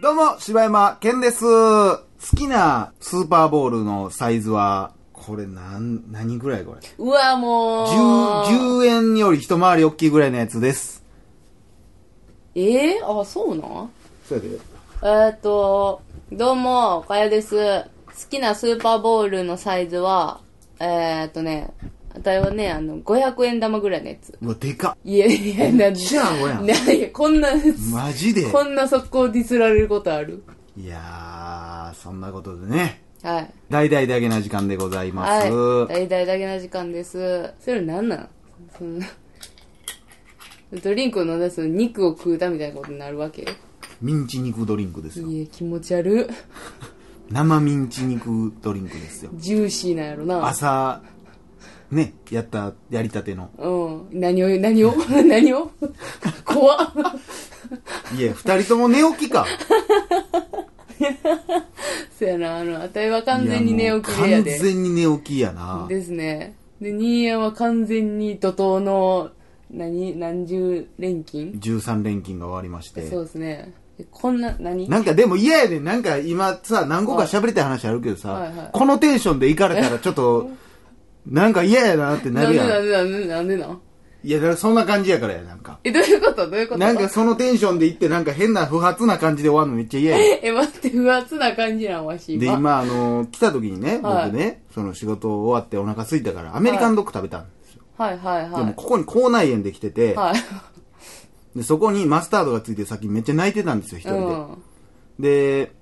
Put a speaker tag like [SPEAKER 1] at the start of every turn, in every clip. [SPEAKER 1] どうも、柴山健です。好きなスーパーボールのサイズは、これなん、何ぐらいこれ
[SPEAKER 2] うわ、もう。
[SPEAKER 1] 10, 10円より一回り大きいぐらいのやつです。
[SPEAKER 2] えー、あ、そうなん
[SPEAKER 1] そうやで。
[SPEAKER 2] えーっと、どうも、かやです。好きなスーパーボールのサイズは、えーっとね、あたいはね、あの、500円玉ぐらいのやつ。
[SPEAKER 1] うわ、でかっ。
[SPEAKER 2] いやいや、なん
[SPEAKER 1] 知らんごやん。
[SPEAKER 2] なんや、こんな、
[SPEAKER 1] マジで。
[SPEAKER 2] こんな速攻ディスられることある
[SPEAKER 1] いやー、そんなことでね。
[SPEAKER 2] はい。
[SPEAKER 1] 大々だけな時間でございます。
[SPEAKER 2] はい。大々だけな時間です。それなんなんその、ドリンクを飲んだらその肉を食うたみたいなことになるわけ
[SPEAKER 1] ミンチ肉ドリンクですよ。
[SPEAKER 2] いや、気持ち悪っ。
[SPEAKER 1] 生ミンチ肉ドリンクですよ。
[SPEAKER 2] ジューシーなんやろな。
[SPEAKER 1] 朝、ね、やった、やりたての。
[SPEAKER 2] うん。何を、何を 何を怖っ。
[SPEAKER 1] いや、二人とも寝起きか。
[SPEAKER 2] そやな、あの、あたいは 完全に寝起き
[SPEAKER 1] い
[SPEAKER 2] で
[SPEAKER 1] やも
[SPEAKER 2] や
[SPEAKER 1] う
[SPEAKER 2] で
[SPEAKER 1] 完。全に寝起きやな。
[SPEAKER 2] ですね。で、新谷は完全に怒涛の、何、何十連勤
[SPEAKER 1] 13連勤が終わりまして。
[SPEAKER 2] そうですね。でこんな、何
[SPEAKER 1] なんかでも嫌やで、なんか今さ、何個か喋りたい話あるけどさ、
[SPEAKER 2] はいはい
[SPEAKER 1] このテンションで行かれたらちょっ と、なんか嫌やなってな
[SPEAKER 2] な
[SPEAKER 1] る
[SPEAKER 2] んで
[SPEAKER 1] やん。
[SPEAKER 2] なんでなんでなんでなん
[SPEAKER 1] いや、だからそんな感じやからや、なんか。
[SPEAKER 2] え、どういうことどういうこと
[SPEAKER 1] なんかそのテンションで行ってなんか変な不発な感じで終わるのめっちゃ 嫌や。
[SPEAKER 2] え、待って、不圧な感じなんわし、
[SPEAKER 1] で、今、あの来た時にね、
[SPEAKER 2] はい
[SPEAKER 1] 僕ね、その仕事終わってお腹空いたから、アメリカンドッグ食べたんですよ。
[SPEAKER 2] はいはいは
[SPEAKER 1] でも、
[SPEAKER 2] い。
[SPEAKER 1] ここに口内炎できてて、
[SPEAKER 2] はい。
[SPEAKER 1] で、そこにマスタードがついてさっきめっちゃ泣いてたんですよ、一
[SPEAKER 2] う
[SPEAKER 1] 人で。
[SPEAKER 2] ん。
[SPEAKER 1] で、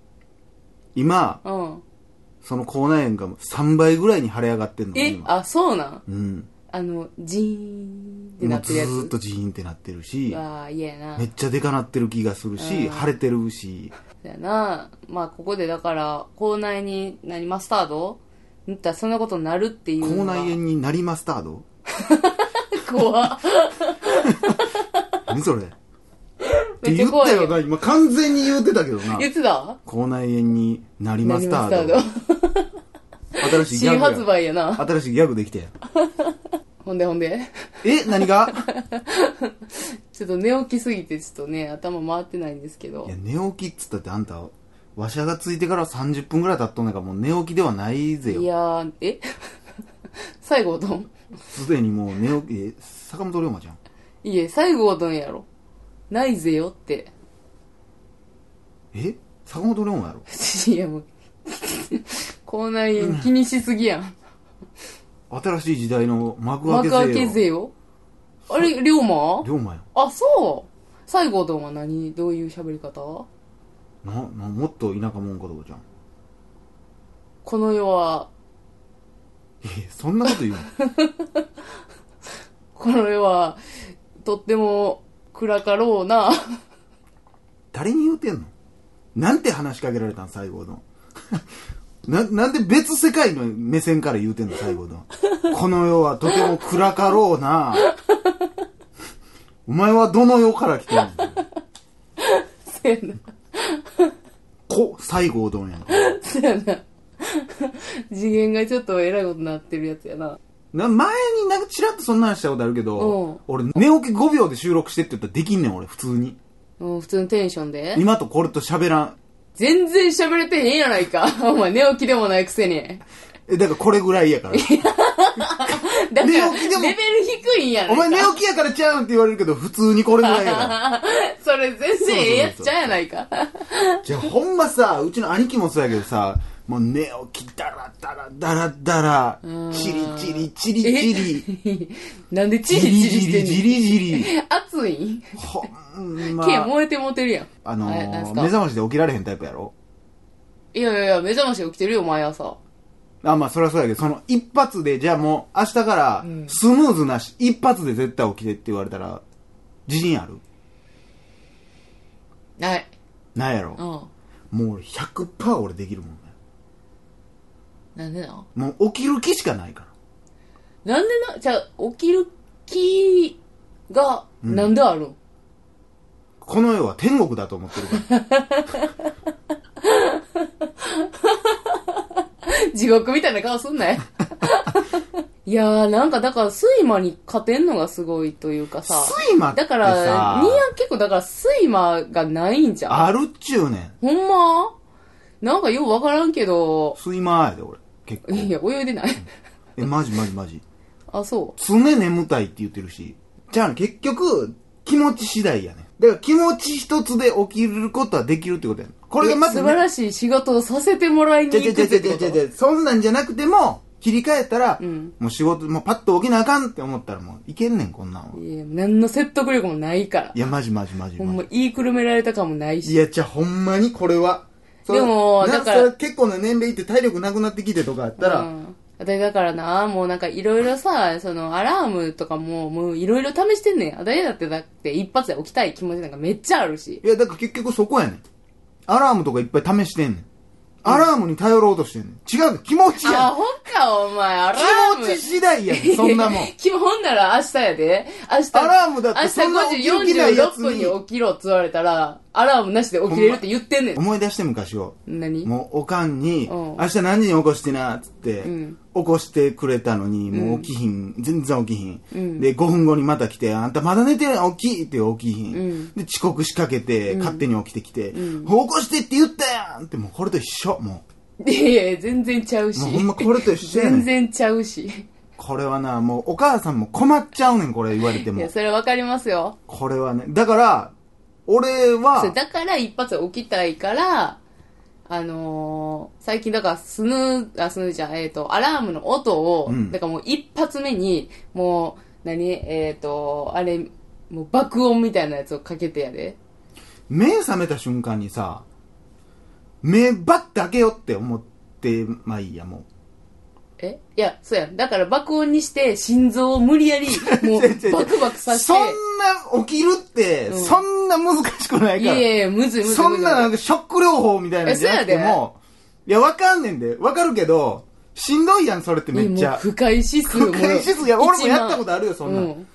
[SPEAKER 1] 今、
[SPEAKER 2] うん。
[SPEAKER 1] その口内炎が3倍ぐらいに腫れ上がってんの。
[SPEAKER 2] え、
[SPEAKER 1] 今
[SPEAKER 2] あ、そうなん
[SPEAKER 1] うん。
[SPEAKER 2] あの、ジーンって
[SPEAKER 1] も
[SPEAKER 2] な
[SPEAKER 1] う
[SPEAKER 2] っ
[SPEAKER 1] ず
[SPEAKER 2] てるやつ。
[SPEAKER 1] ーっとジーンってなってるし、
[SPEAKER 2] ああ、嫌やな
[SPEAKER 1] め。っちゃでかなってる気がするし、
[SPEAKER 2] うん
[SPEAKER 1] 腫れてるし、
[SPEAKER 2] だよな。まあ、ここでだから、口内に、何、マスタード塗ったらそんなことになるっていう
[SPEAKER 1] 口
[SPEAKER 2] のが。
[SPEAKER 1] 内炎になりマスタード
[SPEAKER 2] 怖っ
[SPEAKER 1] 何それって
[SPEAKER 2] めっち
[SPEAKER 1] 言
[SPEAKER 2] ゃ
[SPEAKER 1] っ
[SPEAKER 2] 怖
[SPEAKER 1] た
[SPEAKER 2] い
[SPEAKER 1] よな、今完全に言ってたけどな。
[SPEAKER 2] 言ってた
[SPEAKER 1] 口内炎になりマスタ
[SPEAKER 2] な
[SPEAKER 1] ー
[SPEAKER 2] り
[SPEAKER 1] ド
[SPEAKER 2] マ。
[SPEAKER 1] 新しいギャ
[SPEAKER 2] 新
[SPEAKER 1] グや。
[SPEAKER 2] 発売やな。
[SPEAKER 1] 新しいギャグできて ん。
[SPEAKER 2] ほんでほんで。
[SPEAKER 1] え何が
[SPEAKER 2] ちょっと寝起きすぎて、ちょっとね、頭回ってないんですけど
[SPEAKER 1] いや、。寝起きっつったってあんた、わしゃがついてから30分ぐらい経っとんねんから、もう寝起きではないぜ
[SPEAKER 2] い
[SPEAKER 1] よ。
[SPEAKER 2] やー、え最後うどん
[SPEAKER 1] すでにもう寝起き、え坂本龍馬じゃん。
[SPEAKER 2] いえ、最後うどんやろ。ないぜよって。
[SPEAKER 1] え坂本龍馬やろ
[SPEAKER 2] いや、もう。口内炎気にしすぎやん。
[SPEAKER 1] 新しい時代の幕開け
[SPEAKER 2] 幕
[SPEAKER 1] 勢よ。
[SPEAKER 2] 開けぜよ。あれ、龍馬
[SPEAKER 1] 龍馬やん。
[SPEAKER 2] あ、そう。西郷どんは何どういう喋り方
[SPEAKER 1] な、な、もっと田舎もんかとかじゃん。
[SPEAKER 2] この世は、
[SPEAKER 1] え、そんなこと言うの
[SPEAKER 2] この世は、とっても暗かろうな。
[SPEAKER 1] 誰に言うてんのなんて話しかけられたん、最後の。 な、なんで別世界の目線から言うてんの、最後の。この世はとても暗かろうな。お前はどの世から来てんの
[SPEAKER 2] せやな。
[SPEAKER 1] こ、西郷どんやんか。
[SPEAKER 2] せやな。次元がちょっと偉いことになってるやつやな。
[SPEAKER 1] な前になんかチラッとそんな話したことあるけ
[SPEAKER 2] うん
[SPEAKER 1] ど、俺寝起き5秒で収録してって言ったらできんねん、俺、普通に。
[SPEAKER 2] うん、普通のテンションで。
[SPEAKER 1] 今とこれと喋らん。
[SPEAKER 2] 全然喋れてへんやないか。 お前寝起きでもないくせに。
[SPEAKER 1] え、だからこれぐらいやから。
[SPEAKER 2] だから、
[SPEAKER 1] 寝
[SPEAKER 2] レ
[SPEAKER 1] 起き
[SPEAKER 2] ベ
[SPEAKER 1] でも
[SPEAKER 2] ル低いんやないか。
[SPEAKER 1] お前寝起きやからちゃうんって言われるけど、普通にこれぐらいや か
[SPEAKER 2] それ全然ええやつちゃうやないか。
[SPEAKER 1] ら。じゃあほんまさ、うちの兄貴もそうやけどさ、もう寝起きだらだらだらだら
[SPEAKER 2] う、ん
[SPEAKER 1] チリチリチリチリ、
[SPEAKER 2] なんでチリ
[SPEAKER 1] ジ
[SPEAKER 2] チリ
[SPEAKER 1] リ
[SPEAKER 2] し
[SPEAKER 1] ジリ
[SPEAKER 2] てん
[SPEAKER 1] ジ
[SPEAKER 2] ね
[SPEAKER 1] リジリ。
[SPEAKER 2] ん。熱いん
[SPEAKER 1] ほんま。
[SPEAKER 2] 毛燃えてもうてるやん。
[SPEAKER 1] あの
[SPEAKER 2] れなんす
[SPEAKER 1] ー、
[SPEAKER 2] か
[SPEAKER 1] 目覚ましで起きられへんタイプやろ
[SPEAKER 2] いやいやいや、目覚まし起きてるよ、毎朝。
[SPEAKER 1] あ、まあそりゃそうやけど、その一発で、じゃあもう明日からスムーズなし、一発で絶対起きてって言われたら、自信ある
[SPEAKER 2] ない。
[SPEAKER 1] ないやろ
[SPEAKER 2] う。ん。
[SPEAKER 1] もう俺100%俺できるもんね。
[SPEAKER 2] なんでな
[SPEAKER 1] もう起きる気しかないから。
[SPEAKER 2] なんでな、じゃあ、起きる気が、なんであるん、
[SPEAKER 1] この世は天国だと思ってるから。
[SPEAKER 2] 地獄みたいな顔すんなよ。いやー、なんかだから、睡魔に勝てんのがすごいというかさ。
[SPEAKER 1] 睡魔ってさ
[SPEAKER 2] だから、ニア結構だから、睡魔がないんじゃん。
[SPEAKER 1] あるっちゅうねん。
[SPEAKER 2] ほんまなんかようわからんけど、
[SPEAKER 1] 睡魔やで、俺。結構。
[SPEAKER 2] いや、泳いでない。
[SPEAKER 1] え、マジマジマジ。
[SPEAKER 2] あ、そ
[SPEAKER 1] 常眠たいって言ってるし。じゃあ、結局、気持ち次第やねん。だから気持ち一つで起きることはできるってことやねん。こ
[SPEAKER 2] う。
[SPEAKER 1] れがまず、
[SPEAKER 2] 素晴らしい仕事をさせてもらいに
[SPEAKER 1] じゃじ
[SPEAKER 2] 行
[SPEAKER 1] ゃじ
[SPEAKER 2] く
[SPEAKER 1] ゃじ
[SPEAKER 2] って
[SPEAKER 1] ゃじ
[SPEAKER 2] こ
[SPEAKER 1] ゃじゃ
[SPEAKER 2] と。
[SPEAKER 1] そんなんじゃなくても、切り替えたら、
[SPEAKER 2] うん
[SPEAKER 1] もう仕事、もうパッと起きなあかんって思ったらもういけんねん、こんなんは。
[SPEAKER 2] いや、何の説得力もないから
[SPEAKER 1] い。や、マジマジマジ
[SPEAKER 2] ほ
[SPEAKER 1] マジ
[SPEAKER 2] んま、言いくるめられた感もない
[SPEAKER 1] い
[SPEAKER 2] し。
[SPEAKER 1] や、じゃあほんまにこれは。それ
[SPEAKER 2] でも
[SPEAKER 1] な
[SPEAKER 2] だから
[SPEAKER 1] それ結構な年齢いって体力なくなってきてとかあったら、
[SPEAKER 2] うん私だからな、もうなんかいろいろさ、そのアラームとかも、もういろいろ試してんねん。私だってだって一発で起きたい気持ちなんかめっちゃあるし。
[SPEAKER 1] いや、だから結局そこやねん。アラームとかいっぱい試してんねん。アラームに頼ろうとしてんねん。違う、気持ち
[SPEAKER 2] あ、
[SPEAKER 1] や
[SPEAKER 2] ほっか、お前、ア
[SPEAKER 1] ん。
[SPEAKER 2] ラ
[SPEAKER 1] 気
[SPEAKER 2] ーム。
[SPEAKER 1] 持ち次第やん、そんな もん。
[SPEAKER 2] 基本なら明日やで。明日。
[SPEAKER 1] アラームだってそんな起きる
[SPEAKER 2] 明
[SPEAKER 1] 気
[SPEAKER 2] 日
[SPEAKER 1] ない
[SPEAKER 2] 5時
[SPEAKER 1] やつ
[SPEAKER 2] 46
[SPEAKER 1] に
[SPEAKER 2] 分に起きろって言われたら、アラームなしで起きれるって言ってんねん。
[SPEAKER 1] 思い出して昔を。
[SPEAKER 2] 何
[SPEAKER 1] もう、おかんに、
[SPEAKER 2] うん
[SPEAKER 1] 明日何時に起こしてな、つって、
[SPEAKER 2] うん
[SPEAKER 1] 起こしてくれたのに、もう起きひん、全然起きひん,、
[SPEAKER 2] うん
[SPEAKER 1] で、5分後にまた来て、あんたまだ寝てるの起きって起きひん,、
[SPEAKER 2] うん
[SPEAKER 1] で、遅刻しかけて、勝手に起きてきて、
[SPEAKER 2] うん
[SPEAKER 1] 起こしてって言ったやんって、もうこれと一緒、も
[SPEAKER 2] いやいや、全然ちゃう
[SPEAKER 1] う。
[SPEAKER 2] し
[SPEAKER 1] もう。ほんまこれと一緒やね
[SPEAKER 2] 全
[SPEAKER 1] ん。
[SPEAKER 2] 然ちゃうし。
[SPEAKER 1] これはな、もうお母さんも困っちゃうねん、これ言われて
[SPEAKER 2] いや、
[SPEAKER 1] も。
[SPEAKER 2] それわかりますよ。
[SPEAKER 1] これはね、だから、俺
[SPEAKER 2] そ
[SPEAKER 1] は
[SPEAKER 2] う、だから一発起きたいから、あのー最近だからスヌー、あ、スヌーじゃん、えっ、と、アラームの音を、
[SPEAKER 1] うん
[SPEAKER 2] だからもう一発目に、もう、何えっ、と、あれ、もう爆音みたいなやつをかけてやで。
[SPEAKER 1] 目覚めた瞬間にさ、目ばって開けようって思って、まあいいや、もう。
[SPEAKER 2] えいや、そうやん。だから爆音にして、心臓を無理や り、も
[SPEAKER 1] 違う違
[SPEAKER 2] う
[SPEAKER 1] う違う、
[SPEAKER 2] バクバクさせ
[SPEAKER 1] そ
[SPEAKER 2] て。
[SPEAKER 1] んな起きるって、
[SPEAKER 2] うん
[SPEAKER 1] そんな難しくない
[SPEAKER 2] い
[SPEAKER 1] か
[SPEAKER 2] や
[SPEAKER 1] ら。
[SPEAKER 2] いやいや、むずいむずい。
[SPEAKER 1] そんななん
[SPEAKER 2] むずい
[SPEAKER 1] かショック療法みたいなんじゃなくて
[SPEAKER 2] えそうや
[SPEAKER 1] も、いや、わかんねんで。わかるけど、しんどいやん、それってめっち
[SPEAKER 2] もう
[SPEAKER 1] ゃ。
[SPEAKER 2] 不快指数も
[SPEAKER 1] 不快指数、いや、俺もやったことあるよ、そんな。
[SPEAKER 2] うん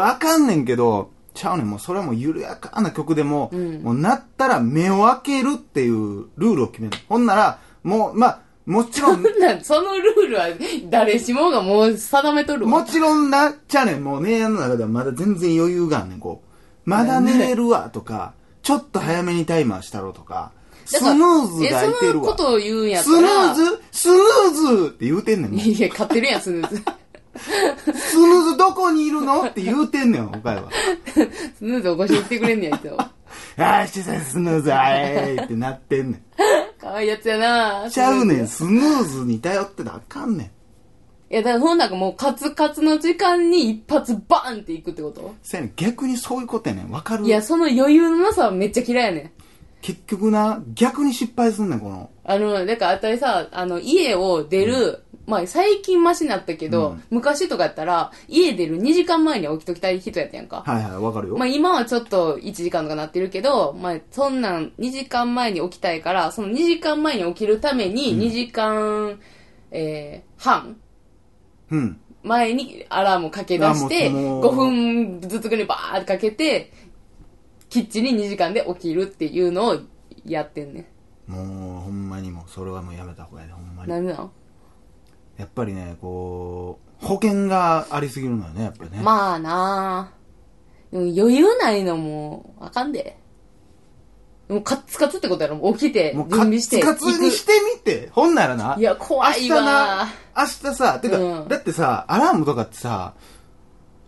[SPEAKER 1] わかんねんけど、ちゃうねん、もうそれはもう緩やかな曲でも、
[SPEAKER 2] うん
[SPEAKER 1] もうなったら目を開けるっていうルールを決める。ほんなら、もう、まあ、もちろん、
[SPEAKER 2] そんなんそのルールは誰しもがもう定めとるわ
[SPEAKER 1] もちろんな、ちゃうねん、もう姉やんの中ではまだ全然余裕があんねん、こう。まだ寝れるわ、とか、ちょっと早めにタイマーしたろ、とか、
[SPEAKER 2] だ
[SPEAKER 1] ス
[SPEAKER 2] から
[SPEAKER 1] ヌーズが空いて
[SPEAKER 2] えそ
[SPEAKER 1] る
[SPEAKER 2] のこ
[SPEAKER 1] わ。
[SPEAKER 2] とを言うんやった
[SPEAKER 1] スヌー
[SPEAKER 2] ら
[SPEAKER 1] ズスヌーズって言うてんねんもう。
[SPEAKER 2] いや買ってるやんスヌーズ
[SPEAKER 1] スヌーズどこにいるのって言うてんねん、他は。
[SPEAKER 2] スヌーズをごしにってくれんねやけど
[SPEAKER 1] あーしさ、スヌーズ、あえーってなってんね。
[SPEAKER 2] かわいいやつやなん
[SPEAKER 1] ちゃうねん、
[SPEAKER 2] ス
[SPEAKER 1] スヌーズに頼ってたらあかんねん。
[SPEAKER 2] ヌーズいやだからほんなんかもうカツカツの時間に一発バーンっていくってこと
[SPEAKER 1] せやねん、逆にそういうことやねん、わかる
[SPEAKER 2] いやその余裕のなさはめっちゃ嫌いやねん
[SPEAKER 1] 結局な、逆に失敗すんねん、この。
[SPEAKER 2] あの、だからあたりさ、あの、家を出る、まあ、最近マシになったけ
[SPEAKER 1] う
[SPEAKER 2] ど、
[SPEAKER 1] ん
[SPEAKER 2] 昔とかやったら、家出る2時間前には起きときたい人やったやんか。
[SPEAKER 1] はいはい、わかるよ。
[SPEAKER 2] まあ今はちょっと1時間とかなってるけど、まあそんなん2時間前に起きたいから、その2時間前に起きるために2時間、えー半
[SPEAKER 1] うん。
[SPEAKER 2] 前にアラームをかけ出して、
[SPEAKER 1] あもう
[SPEAKER 2] 5
[SPEAKER 1] その
[SPEAKER 2] 分ずつぐらいバーってかけて、キッチンに2時間で起きるっていうのをやってんね
[SPEAKER 1] もうほんまにもうそれはもうやめた方がいいねほんま
[SPEAKER 2] ん。
[SPEAKER 1] に
[SPEAKER 2] なんでなの
[SPEAKER 1] やっぱりねこう保険がありすぎるのよねやっぱりね、
[SPEAKER 2] まあなあでも余裕ないのも、あかんで。もうカッツカツってことやろ。もう起きて、
[SPEAKER 1] もう
[SPEAKER 2] 準
[SPEAKER 1] カ
[SPEAKER 2] 備して。
[SPEAKER 1] ツカツにしてみてほんならな
[SPEAKER 2] 行くいや、
[SPEAKER 1] 明
[SPEAKER 2] 怖
[SPEAKER 1] 日
[SPEAKER 2] い
[SPEAKER 1] な
[SPEAKER 2] わ。
[SPEAKER 1] 明日さてか、
[SPEAKER 2] うん
[SPEAKER 1] だってさアラームとかってさ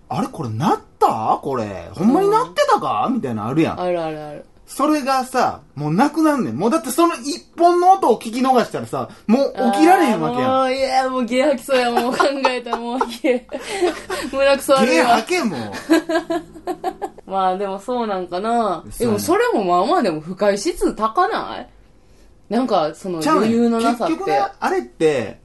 [SPEAKER 1] あれこれなったこれほんまになってたか、みたいなのあるやん
[SPEAKER 2] あるあるある。
[SPEAKER 1] それがさもうなくなんねんもうだってその一本の音を聞き逃したらさもう起きられへんわけやん
[SPEAKER 2] あーもういや、もうゲー吐きそうや、もう考えたらもうゲー。 胸くそ悪い
[SPEAKER 1] 手
[SPEAKER 2] わ
[SPEAKER 1] 吐。けもう
[SPEAKER 2] まあでもそうなんかな。
[SPEAKER 1] そう
[SPEAKER 2] で
[SPEAKER 1] やね
[SPEAKER 2] もそれもまあまあでも不快指数高ないなんか、その
[SPEAKER 1] ちゃうね
[SPEAKER 2] 余
[SPEAKER 1] ん
[SPEAKER 2] 裕のなさっ
[SPEAKER 1] 結局ね
[SPEAKER 2] て。
[SPEAKER 1] あれって、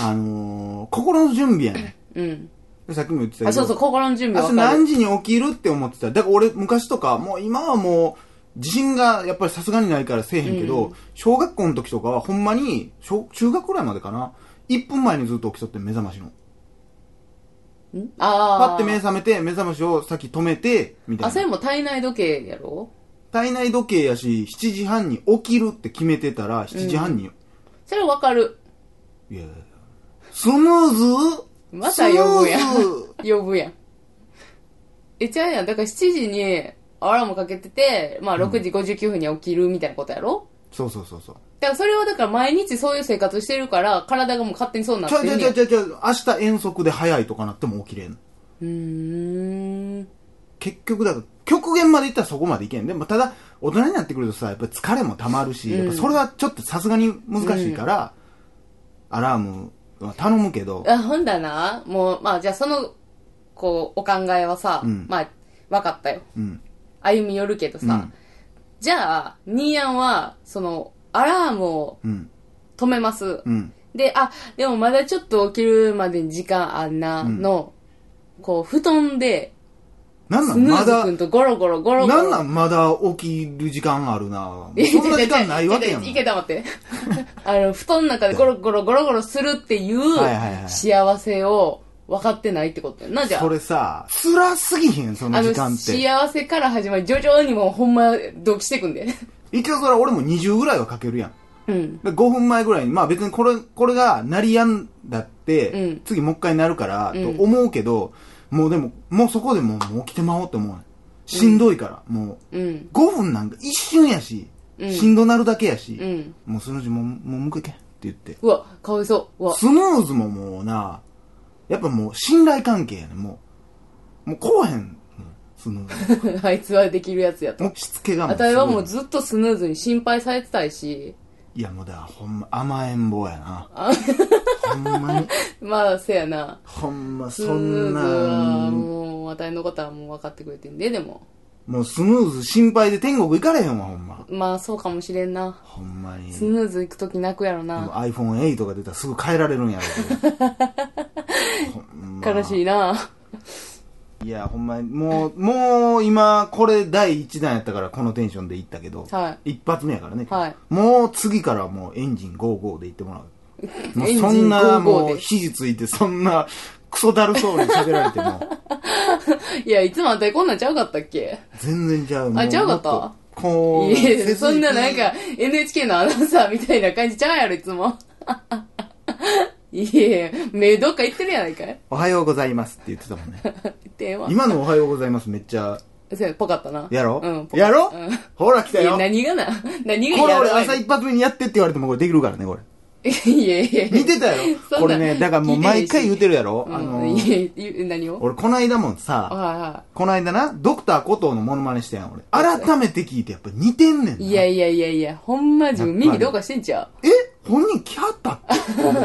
[SPEAKER 1] あのー心の準備やね
[SPEAKER 2] うん。
[SPEAKER 1] ん。さっきも言ってたけど。
[SPEAKER 2] あ、そうそう、心の準
[SPEAKER 1] 明
[SPEAKER 2] 備
[SPEAKER 1] 日
[SPEAKER 2] わか
[SPEAKER 1] 何
[SPEAKER 2] る。
[SPEAKER 1] 時に起きるって思ってた。だから俺昔とか、もう今はもう、自信がやっぱりさすがにないからせえへんけど、
[SPEAKER 2] うん
[SPEAKER 1] 小学校の時とかはほんまに、小中学ぐらいまでかな。1分前にずっと起きとって目覚ましの。
[SPEAKER 2] んああ。
[SPEAKER 1] パッて目覚めて、目覚ましをさっき止めて、みた
[SPEAKER 2] あ、そ
[SPEAKER 1] い
[SPEAKER 2] れ
[SPEAKER 1] な。
[SPEAKER 2] も体内時計やろ
[SPEAKER 1] 体内時計やし、7時半に起きるって決めてたら、7時半に、
[SPEAKER 2] それわかる。
[SPEAKER 1] いやいやいやスムーズ
[SPEAKER 2] また呼ぶや
[SPEAKER 1] スムー
[SPEAKER 2] ん。呼ぶやん。え、ちゃうやん。だから7時にアラームかけてて、まあ6時59分には起きるみたいなことやろ、
[SPEAKER 1] そうそうそうそう。
[SPEAKER 2] だからそれはだから毎日そういう生活してるから、体がもう勝手にそうなっ
[SPEAKER 1] ち
[SPEAKER 2] て
[SPEAKER 1] ゃ
[SPEAKER 2] る
[SPEAKER 1] うちゃ
[SPEAKER 2] ん
[SPEAKER 1] うち
[SPEAKER 2] ね
[SPEAKER 1] ゃ
[SPEAKER 2] ん
[SPEAKER 1] うちゃうちゃう、明日遠足で早いとかなっても起きれん。
[SPEAKER 2] うーん。
[SPEAKER 1] 結局だから、極限までいったらそこまでいけん。でもただ、大人になってくるとさ、やっぱ疲れも溜まるし、やっぱそれはちょっとさすがに難しいから、アラームは頼むけど、
[SPEAKER 2] あ、ほんだな。もう、まあじゃあその、こう、お考えはさ、
[SPEAKER 1] うん
[SPEAKER 2] まあ、わかったよ。
[SPEAKER 1] うん。
[SPEAKER 2] 歩み寄るけどさ、
[SPEAKER 1] うん
[SPEAKER 2] じゃあ、ニーヤンは、その、アラームを
[SPEAKER 1] うん。
[SPEAKER 2] 止めます。
[SPEAKER 1] うん。
[SPEAKER 2] で、あ、でもまだちょっと起きるまでに時間あんな、
[SPEAKER 1] ん
[SPEAKER 2] の、こう、布団で、
[SPEAKER 1] なんな
[SPEAKER 2] ス
[SPEAKER 1] ん
[SPEAKER 2] ヌー
[SPEAKER 1] ま
[SPEAKER 2] ズ
[SPEAKER 1] だ
[SPEAKER 2] く、んとゴロゴロゴロゴロ。
[SPEAKER 1] なんなんまだ起きる時間あるなそんな時間ないわけやもん。
[SPEAKER 2] いけた待って。あの、布団の中でゴロゴロゴロゴロするっていう
[SPEAKER 1] はいはいはい
[SPEAKER 2] 幸せを分かってないってことやんな、じゃあ
[SPEAKER 1] そ。れさ、辛すぎへん、そ
[SPEAKER 2] あ
[SPEAKER 1] の時
[SPEAKER 2] の
[SPEAKER 1] 間って。
[SPEAKER 2] 幸せから始まり、徐々にもうほんま、同期してくんで。
[SPEAKER 1] 一応それは俺も20ぐらいはかけるやん。
[SPEAKER 2] うん。
[SPEAKER 1] で5分前ぐらいに、まあ別にこれ、これが鳴りやんだって、
[SPEAKER 2] うん
[SPEAKER 1] 次もう一回鳴るから、
[SPEAKER 2] うん
[SPEAKER 1] と思うけど、もうでも、もうそこでもうもう起きてまおうって思うねん。しんどいから、も
[SPEAKER 2] うん
[SPEAKER 1] う。。5分なんか一瞬やし、
[SPEAKER 2] うん
[SPEAKER 1] しんどなるだけやし、
[SPEAKER 2] うん。
[SPEAKER 1] もうそのうちもう、もう向けけって言って。
[SPEAKER 2] うわ、かわいそう。うわ。
[SPEAKER 1] スムーズももうな、やっぱもう信頼関係やねんもう、もうこうへんもん、ス ムーズ。
[SPEAKER 2] あいつはできるやつやと。
[SPEAKER 1] もうしつけがも
[SPEAKER 2] あ
[SPEAKER 1] うすご
[SPEAKER 2] た
[SPEAKER 1] い。
[SPEAKER 2] いはもうずっとスヌーズに心配されてたいし、
[SPEAKER 1] いやもうだからほんま甘えん坊や な。ほんまに。
[SPEAKER 2] まあ、せやな。
[SPEAKER 1] ほんま、
[SPEAKER 2] ス
[SPEAKER 1] そ
[SPEAKER 2] ヌー
[SPEAKER 1] ん
[SPEAKER 2] ズ
[SPEAKER 1] な
[SPEAKER 2] は
[SPEAKER 1] ん、
[SPEAKER 2] もう、あたいのことはもう分かってくれてんで、でも。
[SPEAKER 1] もうスムーズ心配で天国行かれへんわ、ほんま。
[SPEAKER 2] まあ、そうかもしれんな。
[SPEAKER 1] ほんまに。
[SPEAKER 2] ス
[SPEAKER 1] で
[SPEAKER 2] ヌーズ行くとき泣くやろ
[SPEAKER 1] も
[SPEAKER 2] な。
[SPEAKER 1] iPhone8 が出たらすぐ変えられるんやろうけど。ほんま
[SPEAKER 2] 悲しいな。
[SPEAKER 1] いや、ほんまに、もう、もう今、これ第1弾やったからこのテンションで行ったけど、
[SPEAKER 2] は
[SPEAKER 1] 一発目やからね。
[SPEAKER 2] はい
[SPEAKER 1] もう次からもうエンジン55で行ってもら う。もう
[SPEAKER 2] エンジン
[SPEAKER 1] そんな、も
[SPEAKER 2] 55
[SPEAKER 1] う
[SPEAKER 2] で
[SPEAKER 1] 肘ついてそんな、クソだるそうに喋られても、
[SPEAKER 2] い。いや、いつもあたいこんなんちゃうかったっけ
[SPEAKER 1] 全然ちゃう。も
[SPEAKER 2] あちゃうかった
[SPEAKER 1] もとこう、
[SPEAKER 2] いや、
[SPEAKER 1] 切
[SPEAKER 2] そんななん
[SPEAKER 1] に
[SPEAKER 2] か NHK のアナウンサーみたいな感じちゃうやろ、いつも。いや、目どっか行ってるやないかい。
[SPEAKER 1] おはようございますって言ってたもんね。
[SPEAKER 2] 電話。
[SPEAKER 1] 今のおはようございますめっちゃ、
[SPEAKER 2] そうやぽかったな。
[SPEAKER 1] やろ
[SPEAKER 2] うん。ぽか
[SPEAKER 1] やろ
[SPEAKER 2] うん
[SPEAKER 1] ほら来た
[SPEAKER 2] いや、
[SPEAKER 1] よ。
[SPEAKER 2] 何がな、何が
[SPEAKER 1] これ
[SPEAKER 2] やろ
[SPEAKER 1] 俺
[SPEAKER 2] やねん
[SPEAKER 1] 朝一発目にやってって言われてもこれできるからね、 これ。
[SPEAKER 2] いやいやいや
[SPEAKER 1] 見てたや
[SPEAKER 2] そ
[SPEAKER 1] ろ
[SPEAKER 2] んな
[SPEAKER 1] これね、だからもう毎回言うてるやろ
[SPEAKER 2] うん
[SPEAKER 1] あの
[SPEAKER 2] い
[SPEAKER 1] ー、
[SPEAKER 2] やいや何を
[SPEAKER 1] 俺こないだも
[SPEAKER 2] はい
[SPEAKER 1] さ、
[SPEAKER 2] は
[SPEAKER 1] こないだな、ドクターコトーのモノマネしてやん、俺。改めて聞いてやっぱ似てんねんな。
[SPEAKER 2] い。いやいやいやいや、ほんま自分
[SPEAKER 1] やっぱ
[SPEAKER 2] 耳
[SPEAKER 1] り
[SPEAKER 2] どうかしてんちゃ
[SPEAKER 1] え本人来はったって思う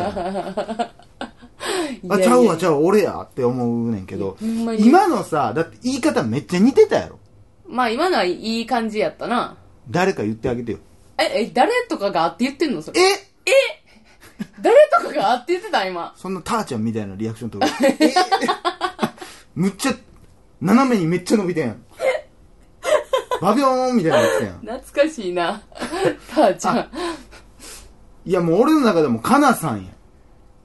[SPEAKER 2] う
[SPEAKER 1] あ、ちゃうわ、
[SPEAKER 2] い
[SPEAKER 1] ちゃうわ、俺やって思うねんけど
[SPEAKER 2] いやほんま、に
[SPEAKER 1] 今のさ、だって言い方めっちゃ似てたやろ
[SPEAKER 2] やまあ今のはいい感じやったな。
[SPEAKER 1] 誰か言ってあげてよ。
[SPEAKER 2] え、え、誰とかがあって言ってんのそれ。
[SPEAKER 1] え
[SPEAKER 2] 誰とかがあって言ってた今。
[SPEAKER 1] そんなターちゃんみたいなリアクション取る。えーむっちゃ、斜めにめっちゃ伸びてん。バビョーンみたいなのやってたやん。
[SPEAKER 2] 懐かしいな。たーちゃん。
[SPEAKER 1] いやもう俺の中でもカナさんや。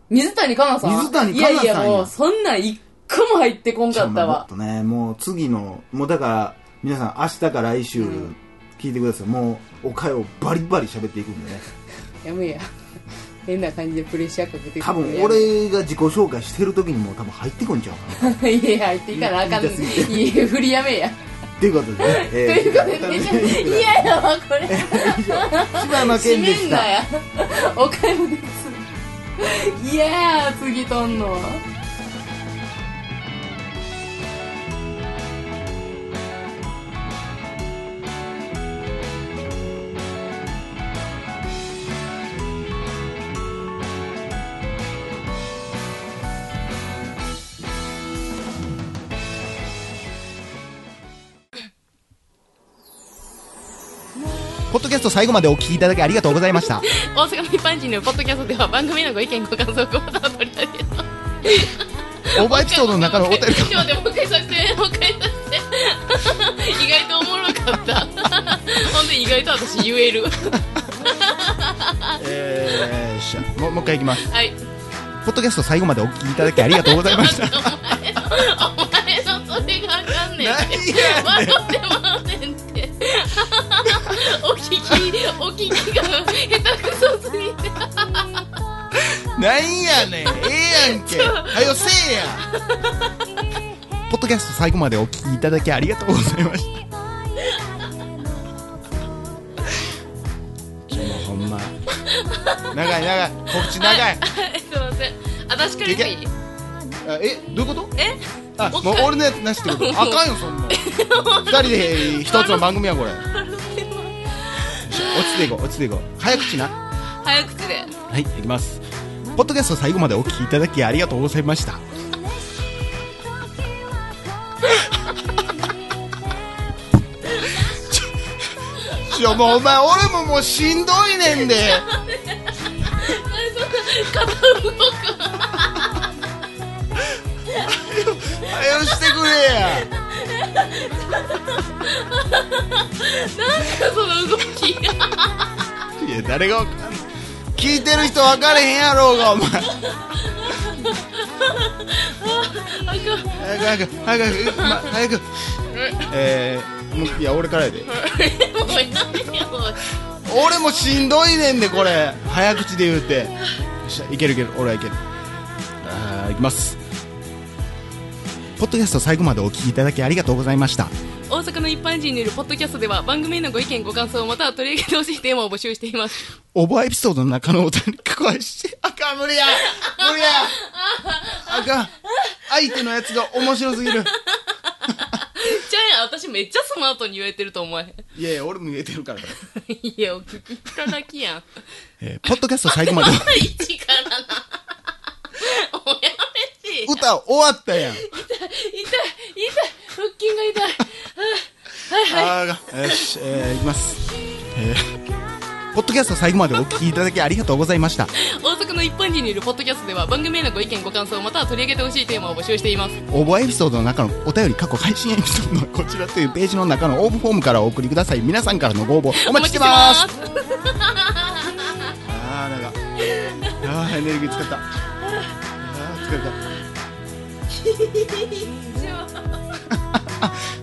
[SPEAKER 2] 水谷香奈さん。
[SPEAKER 1] 水谷香奈さん
[SPEAKER 2] い
[SPEAKER 1] や
[SPEAKER 2] やいやもう、そんなん一個も入ってこんかっ
[SPEAKER 1] ちょ
[SPEAKER 2] た
[SPEAKER 1] もっ
[SPEAKER 2] わ。
[SPEAKER 1] とね、もう次の、もうだから、皆さん明日か来週、
[SPEAKER 2] ん
[SPEAKER 1] 聞いてください。もう、おかよバリバリ喋っていくんでね。
[SPEAKER 2] やめや。変な感じでプレッシャーかけてくる
[SPEAKER 1] 多分俺が自己紹介してる時にもう多分入ってこんちゃうかな。
[SPEAKER 2] いや、入っていかなあかん。
[SPEAKER 1] 言いたす
[SPEAKER 2] いや、振りやめや。
[SPEAKER 1] っていう ことでね。
[SPEAKER 2] と
[SPEAKER 1] え
[SPEAKER 2] いうことで ね、嫌やわ、これ。
[SPEAKER 1] 柴山
[SPEAKER 2] 閉
[SPEAKER 1] 健で
[SPEAKER 2] め
[SPEAKER 1] し
[SPEAKER 2] ん
[SPEAKER 1] た
[SPEAKER 2] な。や。お買い物です。いやー、次とんの。
[SPEAKER 1] ポッドキャスト最後までお聞きいただきありがとうございました。
[SPEAKER 2] 大阪の一般人のポッドキャストでは番組のご意見、ご感想、ごまたを取り上げます。
[SPEAKER 1] オーバーエピソードの中のお便り
[SPEAKER 2] ちょっと待ってもう一回させて、もう一回させて。意 外とおもろかった。 ほんで意外と私言える。
[SPEAKER 1] えーしゃもうもう一回いきます
[SPEAKER 2] はい。
[SPEAKER 1] ポッドキャスト最後までお聞きいただきありがとうございま した
[SPEAKER 2] お前の、お前のそれがあかんねん って。
[SPEAKER 1] 何
[SPEAKER 2] 笑ってまうねんって。 お聞き、お聞きが下手くそすぎて。
[SPEAKER 1] なんやねんええやんけはよせえやポッドキャスト最後までお聞きいただきありがとうございましたもうほんま長い長い告知長い
[SPEAKER 2] はいすいません私からでもいい
[SPEAKER 1] あえどういうこと
[SPEAKER 2] え
[SPEAKER 1] あもう俺のやつなしって ことあかんよそんな二人で一つの番組 やこれよし落ちていこう落ちていこう早口な
[SPEAKER 2] 早口で
[SPEAKER 1] はい、いきます。ポッドキャスト最後までお聞きいただきありがとうございました。ちょ、もうお前、俺ももうしんどいねんで。はよしてくれや。
[SPEAKER 2] その動きが
[SPEAKER 1] いや誰がわかんない聞いてる人分かれへんやろうがお前早く早く早く、ま、早くえー、もういや俺からやで
[SPEAKER 2] もういないよ
[SPEAKER 1] 俺もしんどいねんでこれ早口で言うてよっしゃいけるいける俺はいけるあーいきますポッドキャスト最後までお聞きいただきありがとうございました
[SPEAKER 2] 大阪の一般人によるポッドキャストでは番組へのご意見ご感想または取り上げてほしいテーマを募集してい ます
[SPEAKER 1] オーバーエピソードの中のお便り加えして、あかん、無理や無理やあかん。相手のやつが面白すぎる。
[SPEAKER 2] じゃあ私めっちゃスマートに言えてると思えへん
[SPEAKER 1] いやいや、俺も言えてるから。
[SPEAKER 2] いやお聞きいただきやん
[SPEAKER 1] えーポッドキャスト最後まで。
[SPEAKER 2] 一からなおやめて痛い
[SPEAKER 1] 歌終わったやん。
[SPEAKER 2] 痛い腹筋が痛い
[SPEAKER 1] あーよし、えーいきます。えーポッドキャスト最後までお聞きいただきありがとうございました。
[SPEAKER 2] 大阪の一般人によるポッドキャストでは番組へのご意見ご感想または取り上げてほしいテーマを募集しています
[SPEAKER 1] 応募エピソードの中のお便り過去配信エピソードのこちらというページの中の応募フォームからお送りください。皆さんからのご応募お待ちしてます。
[SPEAKER 2] お待ちして
[SPEAKER 1] あーなんかあーエネルギー使ったあー疲れた